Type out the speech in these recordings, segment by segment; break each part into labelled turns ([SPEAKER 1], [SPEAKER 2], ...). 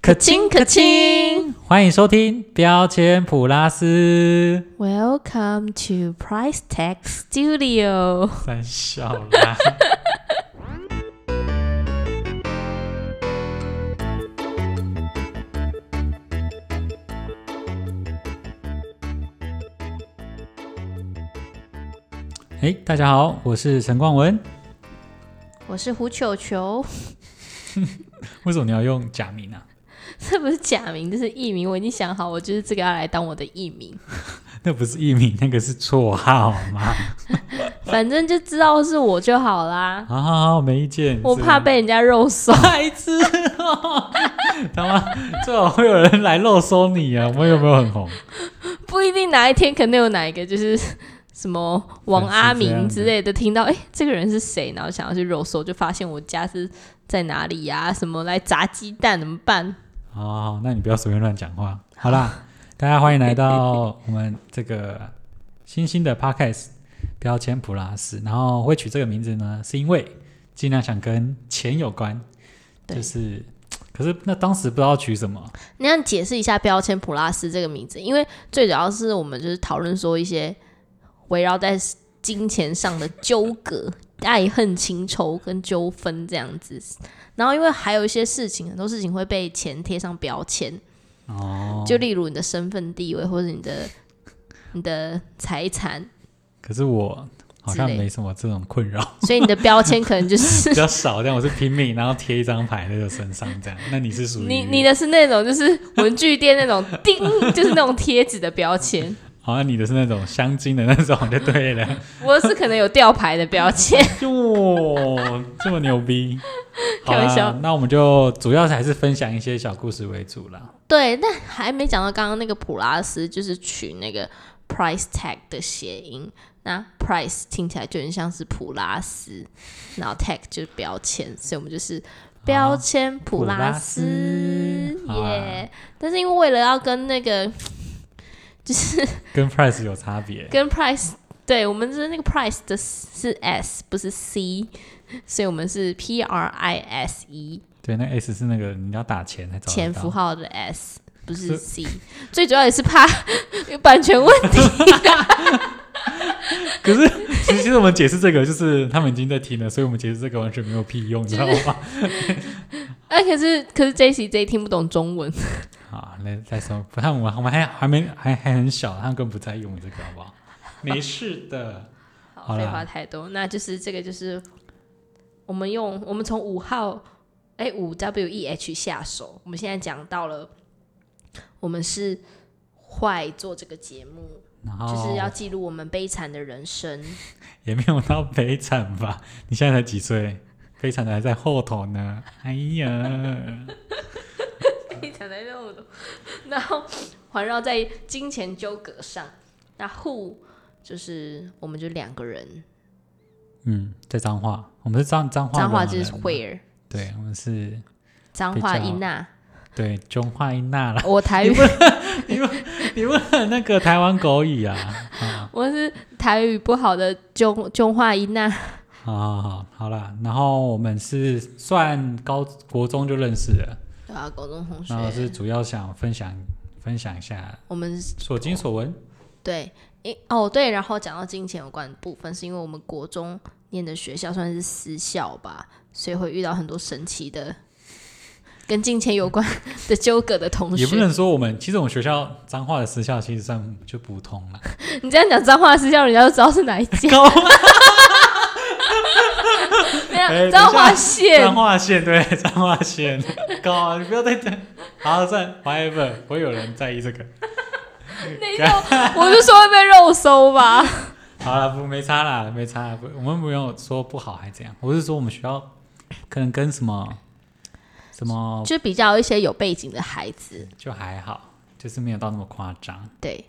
[SPEAKER 1] 可
[SPEAKER 2] 亲可亲
[SPEAKER 1] 欢迎收听标签普拉斯，
[SPEAKER 2] ，Welcome to Price Tag Studio。
[SPEAKER 1] 三笑 啦。哎，大家好，我是陈冠文。
[SPEAKER 2] 我是胡球球，
[SPEAKER 1] 为什么你要用假名啊？
[SPEAKER 2] 这不是假名，这是艺名。我已经想好，我就是这个要来当我的艺名，
[SPEAKER 1] 那不是艺名，那个是绰号嘛。
[SPEAKER 2] 反正就知道是我就好啦。
[SPEAKER 1] 好好好，没意见。
[SPEAKER 2] 我
[SPEAKER 1] 是
[SPEAKER 2] 怕被人家肉搜，
[SPEAKER 1] 白痴哦！他妈，最好会有人来肉搜你啊！我们有没有很红？
[SPEAKER 2] 不一定哪一天可能有哪一个就是 什么王阿明之类的，听到哎、诶这个人是谁，然后想要去肉搜，就发现我家是在哪里呀、什么来砸鸡蛋怎么办？
[SPEAKER 1] 好好好，那你不要随便乱讲话。好 啦，大家欢迎来到我们这个新兴的 podcast 标签普拉斯。然后会取这个名字呢，是因为尽量想跟钱有关，
[SPEAKER 2] 对
[SPEAKER 1] 就是。可是那当时不知道取什么，
[SPEAKER 2] 你要解释一下“标签普拉斯”这个名字，因为最主要是我们就是讨论说一些围绕在金钱上的纠葛、爱恨情仇跟纠纷这样子。然后，因为还有一些事情，很多事情会被钱贴上标签，
[SPEAKER 1] 哦，
[SPEAKER 2] 就例如你的身份地位，或者你的你的财产，
[SPEAKER 1] 可是我好像
[SPEAKER 2] 之类
[SPEAKER 1] 没什么这种困 扰，
[SPEAKER 2] 所以你的标签可能就
[SPEAKER 1] 比
[SPEAKER 2] 是
[SPEAKER 1] 较少。但我是拼命，然后贴一张牌在我身上这样。那你是属于
[SPEAKER 2] 你你的是那种就是文具店那种叮，就是那种贴纸的标签。
[SPEAKER 1] 好像你的是那种镶金的那种就对了，
[SPEAKER 2] 我是可能有吊牌的标签。
[SPEAKER 1] 哟，这么 牛逼！好
[SPEAKER 2] 开玩笑
[SPEAKER 1] 啦，那我们就主要还是分享一些小故事为主啦。
[SPEAKER 2] 对，但还没讲到刚刚那个普拉斯，就是取那个 price tag 的谐音。那 price 听起来就很像是普拉斯，然后 tag 就是标签，所以我们就是标签普拉斯
[SPEAKER 1] 普拉斯啊
[SPEAKER 2] 耶。但是因为为了要跟那个
[SPEAKER 1] 跟 price 有差别，
[SPEAKER 2] 跟 price，对我们就是那个 price 的是 s 不是 c，所以我们是 p r i s e。
[SPEAKER 1] 对，那 S 是那个你要打钱才找得到
[SPEAKER 2] 前符，号的 S，不是
[SPEAKER 1] 是
[SPEAKER 2] C。最主要也是怕 有版权问 题。
[SPEAKER 1] 可是其实其实我们解释这个就是他们已经在听了，所以我们解释这个完全没有屁用，你知道 吗？
[SPEAKER 2] 哎、可是可是 J C J 听不懂中文，
[SPEAKER 1] 啊，那再说，不看我们我们还还没还还很小，他们根本不在意我们这个，好不 好？没事的，好
[SPEAKER 2] 好
[SPEAKER 1] 啦
[SPEAKER 2] 废话太多。那就是这个就是我们用我们从五号哎五 W E H 下手，我们现在讲到了我们是坏做这个节目，
[SPEAKER 1] 然后
[SPEAKER 2] 就是要记录我们悲惨的人 生。
[SPEAKER 1] 也没有到悲惨吧？你现在才几岁？悲惨的还在后头呢。哎呀，
[SPEAKER 2] 你讲在那么多， 然后环绕在金钱纠葛上。那 who 就是我们就两个人，
[SPEAKER 1] 嗯，在彰化，我们是彰彰化
[SPEAKER 2] 脏话
[SPEAKER 1] 人
[SPEAKER 2] 就是 where，
[SPEAKER 1] 对，我们是
[SPEAKER 2] 脏话
[SPEAKER 1] 比较
[SPEAKER 2] 一 娜，
[SPEAKER 1] 对中化一娜啦。
[SPEAKER 2] 我台语，
[SPEAKER 1] 你问那个台湾狗语啊？ 啊，
[SPEAKER 2] 我是台语不好的中中话一娜，
[SPEAKER 1] 好好好，好啦。然后我们是算高国中就认识了，
[SPEAKER 2] 对啊，高中同
[SPEAKER 1] 然后是
[SPEAKER 2] 学，
[SPEAKER 1] 主要想分享分享一下
[SPEAKER 2] 我们是
[SPEAKER 1] 所经所闻。
[SPEAKER 2] 对，诶哦对，然后讲到金钱有关的部分，是因为我们国中念的学校算是私校吧，所以会遇到很多神奇的跟金钱有关 的纠葛的同
[SPEAKER 1] 也不
[SPEAKER 2] 学。
[SPEAKER 1] 能说我们，其实我们学校彰化的私校其实算就普通 啦。
[SPEAKER 2] 你这样讲脏话私校，人家就知道是哪一间。
[SPEAKER 1] 高
[SPEAKER 2] 没有
[SPEAKER 1] 哎
[SPEAKER 2] 彰化
[SPEAKER 1] 彰
[SPEAKER 2] 县，
[SPEAKER 1] 化县对，彰化县， 高，你不要再讲。好，算 whatever，不会有人在意这个。
[SPEAKER 2] 那一种我就说会被肉搜 吧。
[SPEAKER 1] 哦好了，不没差啦，没差啦，不，我们没有说不好还怎样，我是说我们学校可能跟什么什么
[SPEAKER 2] 就比较一些有背景的孩子，
[SPEAKER 1] 就还好，就是没有到那么夸张。
[SPEAKER 2] 对，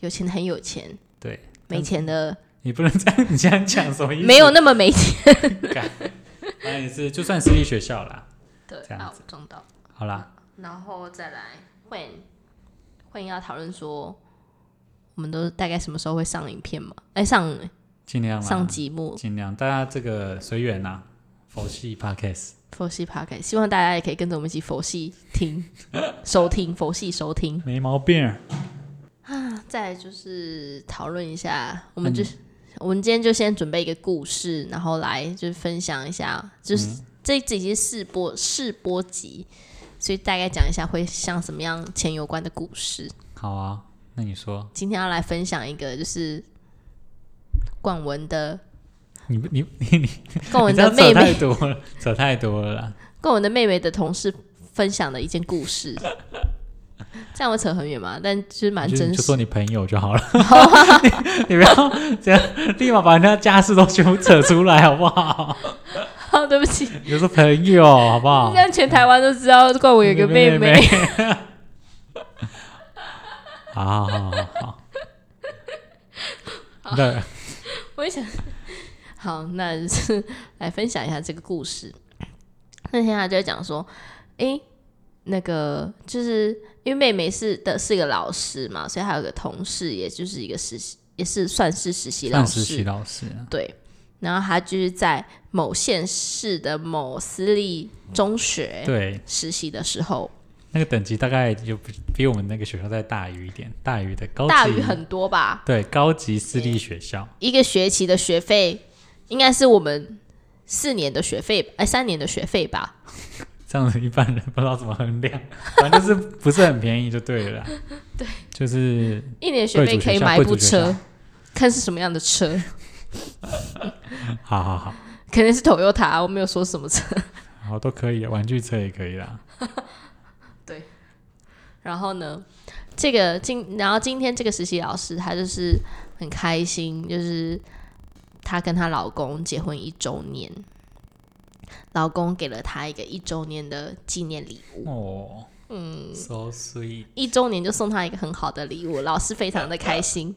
[SPEAKER 2] 有钱的很有钱，
[SPEAKER 1] 对，
[SPEAKER 2] 没钱的
[SPEAKER 1] 你不能这样，你这样讲什么意思？
[SPEAKER 2] 没有那么没钱。
[SPEAKER 1] 干，反正也是就算私立学校啦。
[SPEAKER 2] 对
[SPEAKER 1] 这样
[SPEAKER 2] 啊
[SPEAKER 1] 子，
[SPEAKER 2] 我撞到。
[SPEAKER 1] 好啦，
[SPEAKER 2] 然后再来，when when 要讨论说，我们都大概什么时候会上影片嘛？哎，上
[SPEAKER 1] 尽量啦，
[SPEAKER 2] 上节目，
[SPEAKER 1] 啊尽量，大家这个随缘啦，佛系 podcast，
[SPEAKER 2] 佛系 p o c a s t 希望大家也可以跟着我们一起佛系听、 收听、佛系收听。
[SPEAKER 1] 没毛病儿。
[SPEAKER 2] 啊再来就是讨论一下，我们就、
[SPEAKER 1] 嗯
[SPEAKER 2] 我们今天就先准备一个故事，然后来就是分享一下，就是、
[SPEAKER 1] 嗯
[SPEAKER 2] 这这集是试播试播集，所以大概讲一下会像什么样钱有关的故事。
[SPEAKER 1] 好啊，那你说，
[SPEAKER 2] 今天要来分享一个就是冠文的
[SPEAKER 1] 你你你你，
[SPEAKER 2] 冠
[SPEAKER 1] 你
[SPEAKER 2] 文
[SPEAKER 1] 这
[SPEAKER 2] 哦的
[SPEAKER 1] 样扯
[SPEAKER 2] 妹
[SPEAKER 1] 太
[SPEAKER 2] 妹，
[SPEAKER 1] 多了，扯太多了啦。
[SPEAKER 2] 冠文的妹妹的同事分享的一件故事。这样会扯很远嘛？但就是蛮
[SPEAKER 1] 你就
[SPEAKER 2] 真
[SPEAKER 1] 你就
[SPEAKER 2] 实
[SPEAKER 1] 做你朋友就好了。 你你不要这样，立马把人家家事都全部扯出来，好不好？
[SPEAKER 2] 的。哦对不起，
[SPEAKER 1] 你就是朋友，好不好
[SPEAKER 2] 这？样全台湾都知道冠文有 个妹妹。
[SPEAKER 1] 好好好好好。对，
[SPEAKER 2] 我也想， 好，那就是来分享一下这个故事。那天他就在讲说，诶、那个就是因为妹妹是的是个老师嘛，所以还有个同事，也就是一个实习，也是算是实习老
[SPEAKER 1] 算
[SPEAKER 2] 师，
[SPEAKER 1] 实习老师啊，
[SPEAKER 2] 对。然后他就是在某县市的某私立中学
[SPEAKER 1] 对，
[SPEAKER 2] 实习的时候，
[SPEAKER 1] 那个等级大概就比比我们那个学校再大于一点，大于的高级，
[SPEAKER 2] 大于很多吧，
[SPEAKER 1] 对高级私立学校，
[SPEAKER 2] 一个学期的学费应该是我们四年的学费，哎，三年的学费吧。
[SPEAKER 1] 这样子一般人不知道怎么衡量， 反正就是不是很便宜就对 了啦。对，就是
[SPEAKER 2] 一年学费可以买一部
[SPEAKER 1] 贵族学
[SPEAKER 2] 车，看是什么样的车，
[SPEAKER 1] 好好好，
[SPEAKER 2] 肯定是 Toyota，我没有说什么车。
[SPEAKER 1] 好都可以，玩具车也可以啦。
[SPEAKER 2] 然后呢，这个今然后今天这个实习老师她就是很开心，就是她跟她老公结婚一周年，老公给了她一个一周年的纪念礼物。
[SPEAKER 1] 哦，嗯，so sweet，
[SPEAKER 2] 一周年就送他一个很好的礼物，老师非常的开心。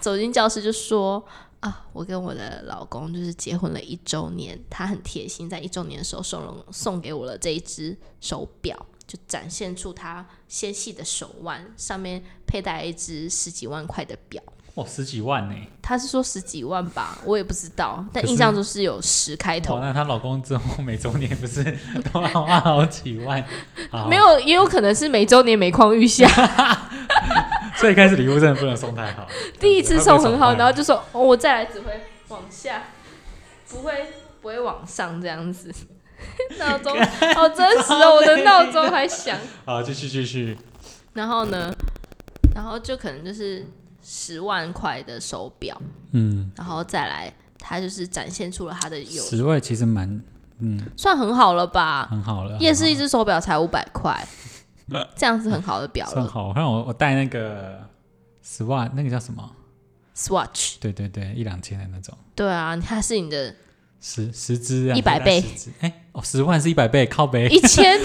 [SPEAKER 2] 走进教室就说：“啊，我跟我的老公就是结婚了一周年，他很贴心，在一周年的时候送了送给我了这一只手表，就展现出他纤细的手腕，上面佩戴一只十几万块的表。
[SPEAKER 1] 哇，哦十几万呢！
[SPEAKER 2] 他是说十几万吧，我也不知道，但
[SPEAKER 1] 可是
[SPEAKER 2] 印象中是有十开
[SPEAKER 1] 哇，
[SPEAKER 2] 头。
[SPEAKER 1] 那她老公之后每周年不是 都要花好几万？好
[SPEAKER 2] 没，有，也有可能是每周年每况愈下。
[SPEAKER 1] 所以一开始礼物真的不能送太好。
[SPEAKER 2] 第一次送很好，
[SPEAKER 1] 对
[SPEAKER 2] 然后就说哦，我再来只会往下，不会不会往上这样子。 闹 钟好真实哦，我的闹钟还响。
[SPEAKER 1] 好，继续继续。
[SPEAKER 2] 然后呢，然后就可能就是十万块的手表，
[SPEAKER 1] 嗯，
[SPEAKER 2] 然后再来，他就是展现出了他的有，
[SPEAKER 1] 十位其实蛮嗯
[SPEAKER 2] 算很好了 吧？
[SPEAKER 1] 很好了，
[SPEAKER 2] 夜市一只手表才五百 块，这样是很好的表
[SPEAKER 1] 算
[SPEAKER 2] 了。
[SPEAKER 1] 好。我看我我带那个十万，那个叫什么？
[SPEAKER 2] Swatch，
[SPEAKER 1] 对对对，一两千的那种，
[SPEAKER 2] 对啊，它是你 的
[SPEAKER 1] 十十只
[SPEAKER 2] 100
[SPEAKER 1] 啊，
[SPEAKER 2] 倍
[SPEAKER 1] 大概十只。哎，哦，十万是一百倍，靠背。
[SPEAKER 2] 一千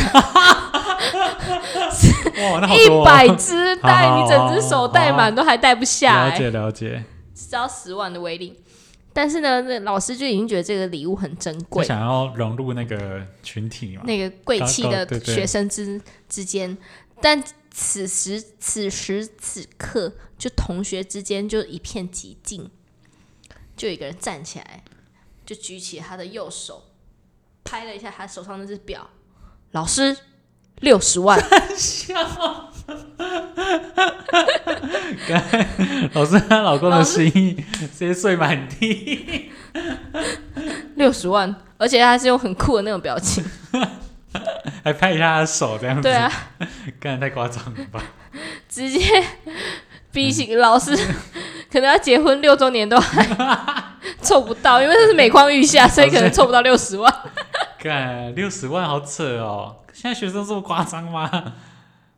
[SPEAKER 1] 哇，那好多
[SPEAKER 2] 一
[SPEAKER 1] 哦
[SPEAKER 2] 百只带，
[SPEAKER 1] 好好
[SPEAKER 2] 你整只手带满都还带不下、
[SPEAKER 1] 了
[SPEAKER 2] 欸，
[SPEAKER 1] 解了解，
[SPEAKER 2] 只要十万的威力。但是呢，那老师就已经觉得这个礼物很珍
[SPEAKER 1] 就
[SPEAKER 2] 贵，
[SPEAKER 1] 想要融入那个群体嘛。
[SPEAKER 2] 那个贵气
[SPEAKER 1] 高高对
[SPEAKER 2] 的
[SPEAKER 1] 对
[SPEAKER 2] 学生之之间，但此时此时此刻，就同学之间就一片寂静，就有一个人站起来，就举起他的右手，拍了一下他手上那只表，老师六十万，
[SPEAKER 1] 老师她老公的心意直接碎满地。
[SPEAKER 2] 六十万，而且他是用很酷的那种表 情，
[SPEAKER 1] 还拍一下他的手这样子，
[SPEAKER 2] 对啊，，
[SPEAKER 1] 干得太夸张了吧？
[SPEAKER 2] 直接 逼醒老师， 可能要结婚六周年都还 凑不到，因为这是每况愈
[SPEAKER 1] 哦
[SPEAKER 2] 下，所以可能凑不到六十万。
[SPEAKER 1] 干六十万好扯哦！现在学生这么夸张吗？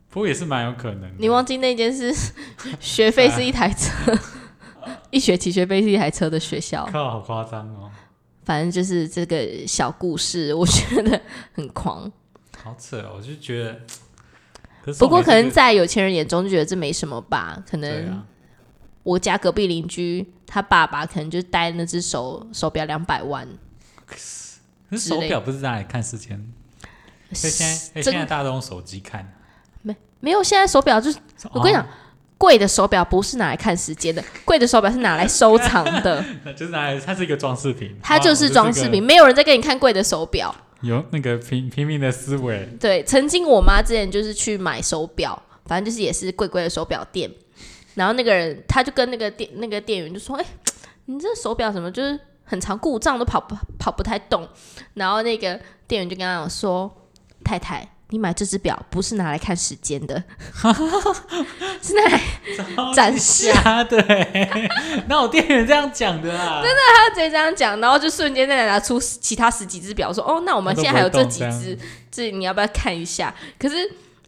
[SPEAKER 1] 不过也是蛮有可能的。
[SPEAKER 2] 你忘记那件事， 学费是一台车，
[SPEAKER 1] 啊
[SPEAKER 2] 一学期学费是一台车的学校。
[SPEAKER 1] 靠，好夸张哦，
[SPEAKER 2] 反正就是这个小故事，我觉得很狂。
[SPEAKER 1] 好扯哦！我就觉得，可是
[SPEAKER 2] 不过
[SPEAKER 1] 我每次
[SPEAKER 2] 可能在有钱人眼中就觉得这没什么吧，可
[SPEAKER 1] 对
[SPEAKER 2] 能
[SPEAKER 1] 啊，
[SPEAKER 2] 我家隔壁邻居他爸爸可能就戴那只手手表两百万，
[SPEAKER 1] 可是手表不是拿来看时间，所以现在，哎，现在大家都用手机看。
[SPEAKER 2] 没有，现在手表就是我跟你讲
[SPEAKER 1] 哦，，
[SPEAKER 2] 贵的手表不是拿来看时间的，贵的手表是拿来收藏的，
[SPEAKER 1] 那就是拿来，它是一个装饰品，
[SPEAKER 2] 它就是装饰品，没有人在跟你看贵的手表。
[SPEAKER 1] 啊有那个拼拼命的思维，
[SPEAKER 2] 对，曾经我妈之前就是去买手表，反正就是也是贵贵的手表店，然后那个人他就跟那个店那个店员就说：“哎、你这手表什么就是很常故障，都跑不跑不太动。”然后那个店员就跟他讲说：“太太，你买这只表不是拿来看时间的，是拿来 展示
[SPEAKER 1] 啊， 对，那我店员这样讲的啊，真的，
[SPEAKER 2] 他直接这样讲，然后就瞬间再拿出其他十几只表，说：“哦，那我们现在还有这几只，这你要不要看一下？”可是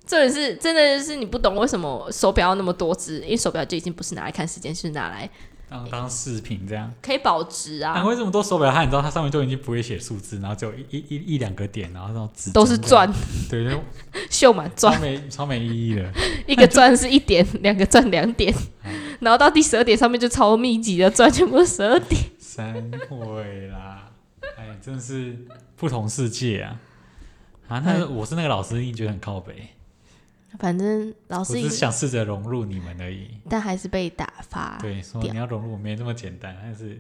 [SPEAKER 2] 重点是，真的是你不懂为什么手表要那么多只，因为手表就已经不是拿来看时间，是拿来
[SPEAKER 1] 当当饰品这样。
[SPEAKER 2] 可以保值
[SPEAKER 1] 哪
[SPEAKER 2] 啊，
[SPEAKER 1] 会这么多手表？它你知道它上面就已经不会写数字，然后只有一一一一两个点，然后那种指
[SPEAKER 2] 都是
[SPEAKER 1] 针
[SPEAKER 2] 钻，
[SPEAKER 1] 这样，对，就
[SPEAKER 2] 绣满 钻
[SPEAKER 1] 超，没超没意义的。
[SPEAKER 2] 一个钻是一点，两个钻两 点，
[SPEAKER 1] 嗯
[SPEAKER 2] 然后到第十二点上面就超密集的钻，全部十二点。
[SPEAKER 1] 散会啦，哎，真的是不同世界啊！啊，
[SPEAKER 2] 哎
[SPEAKER 1] 那我是那个老师，一定觉得很靠北。
[SPEAKER 2] 反正老
[SPEAKER 1] 我
[SPEAKER 2] 师
[SPEAKER 1] 只
[SPEAKER 2] 赢
[SPEAKER 1] 是，想试着融入你们而已。
[SPEAKER 2] 但还是被打发。
[SPEAKER 1] 对，说
[SPEAKER 2] 掉
[SPEAKER 1] 你要融入我没那么简单，但是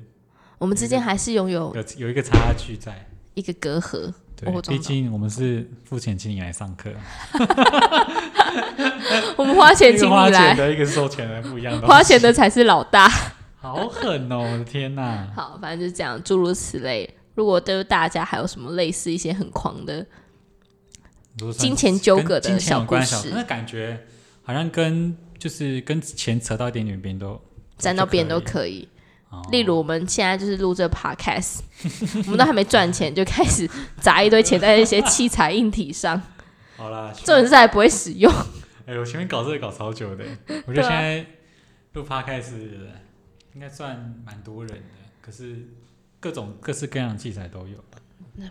[SPEAKER 2] 我们之间还是拥有
[SPEAKER 1] 有有一个差距在。
[SPEAKER 2] 一个隔阂。
[SPEAKER 1] 对
[SPEAKER 2] 我，懂
[SPEAKER 1] 毕竟我们是付钱请你来上课，
[SPEAKER 2] 我们花
[SPEAKER 1] 一
[SPEAKER 2] 钱请
[SPEAKER 1] 个
[SPEAKER 2] 你
[SPEAKER 1] 花钱
[SPEAKER 2] 来，
[SPEAKER 1] 的，一个收钱的，不一样的东西。
[SPEAKER 2] 花钱的才是老大。
[SPEAKER 1] 好狠哦！我的天哪！
[SPEAKER 2] 好，反正就是这样，诸如此类。如果对大家还有什么类似一些很狂的，
[SPEAKER 1] 都算
[SPEAKER 2] 金钱纠
[SPEAKER 1] 跟
[SPEAKER 2] 葛的
[SPEAKER 1] 金钱
[SPEAKER 2] 小
[SPEAKER 1] 有关
[SPEAKER 2] 故
[SPEAKER 1] 的小
[SPEAKER 2] 事
[SPEAKER 1] 那感觉好像跟就是跟钱扯到一点点边都
[SPEAKER 2] 沾到别人都
[SPEAKER 1] 可
[SPEAKER 2] 可以。
[SPEAKER 1] 以。哦
[SPEAKER 2] 例如，我们现在就是录这 podcast，我 们都还没赚钱，就开始砸一堆钱在一些器材硬体 上，
[SPEAKER 1] 好啦，希
[SPEAKER 2] 这
[SPEAKER 1] 望
[SPEAKER 2] 种事还不会使用。
[SPEAKER 1] 哎、我前面搞这个搞超 久的，我
[SPEAKER 2] 对
[SPEAKER 1] 觉得
[SPEAKER 2] 啊
[SPEAKER 1] 现在录 podcast 应该算蛮多人的，可是各种各式各样的器材都有。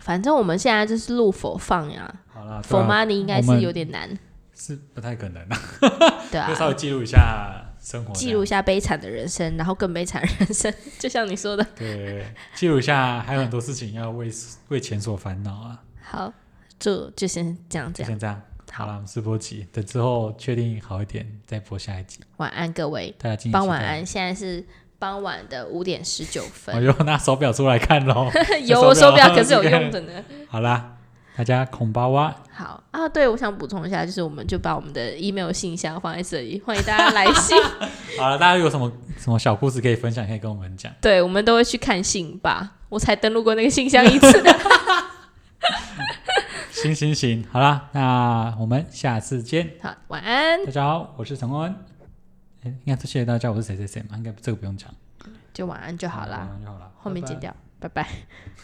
[SPEAKER 2] 反正我们现在就是录佛放呀、
[SPEAKER 1] 好啦，
[SPEAKER 2] 佛
[SPEAKER 1] 对啊
[SPEAKER 2] money 应该
[SPEAKER 1] 我
[SPEAKER 2] 是
[SPEAKER 1] 们
[SPEAKER 2] 有点难，
[SPEAKER 1] 是不太可能的、啊
[SPEAKER 2] 对
[SPEAKER 1] 就稍
[SPEAKER 2] 啊
[SPEAKER 1] 微。记录一下生活，
[SPEAKER 2] 记录一。下悲惨的人生，然后更悲惨的人生，就像你说的，
[SPEAKER 1] 对，记录一下，还有很多事情要为为钱所烦恼啊。
[SPEAKER 2] 好，就就先这样这
[SPEAKER 1] 就
[SPEAKER 2] 样，
[SPEAKER 1] 先这样，好
[SPEAKER 2] 啊好
[SPEAKER 1] 了，我们试播集，等之后确定好一点再播下一集。
[SPEAKER 2] 晚安各位。
[SPEAKER 1] 大家敬请
[SPEAKER 2] 傍
[SPEAKER 1] 期
[SPEAKER 2] 晚
[SPEAKER 1] 待。哦
[SPEAKER 2] 安，现在是傍晚的五点十九
[SPEAKER 1] 我
[SPEAKER 2] 分。
[SPEAKER 1] 又拿手表出来看喽。
[SPEAKER 2] 有我手
[SPEAKER 1] 手表
[SPEAKER 2] 表可是有用的呢。
[SPEAKER 1] 好啦，大家恐巴哇。
[SPEAKER 2] 好啊，对，我想补充一下，就是我们就把我们的 email 信箱放在这里，欢迎大家来 信。
[SPEAKER 1] 好了，大家有什么什么小故事可以分享，可以跟我们讲。
[SPEAKER 2] 对，我们都会去看信吧。我才登录过那个信箱一 次。
[SPEAKER 1] 行行行，好啦，那我们下次见。
[SPEAKER 2] 好，晚安，
[SPEAKER 1] 大家好，我是陈恩。诶应该说谢谢大家，我是谁谁谁嘛，应该这个不用讲，
[SPEAKER 2] 就晚安就好啦，
[SPEAKER 1] 就好了，
[SPEAKER 2] 后面
[SPEAKER 1] 拜拜
[SPEAKER 2] 剪掉，拜拜。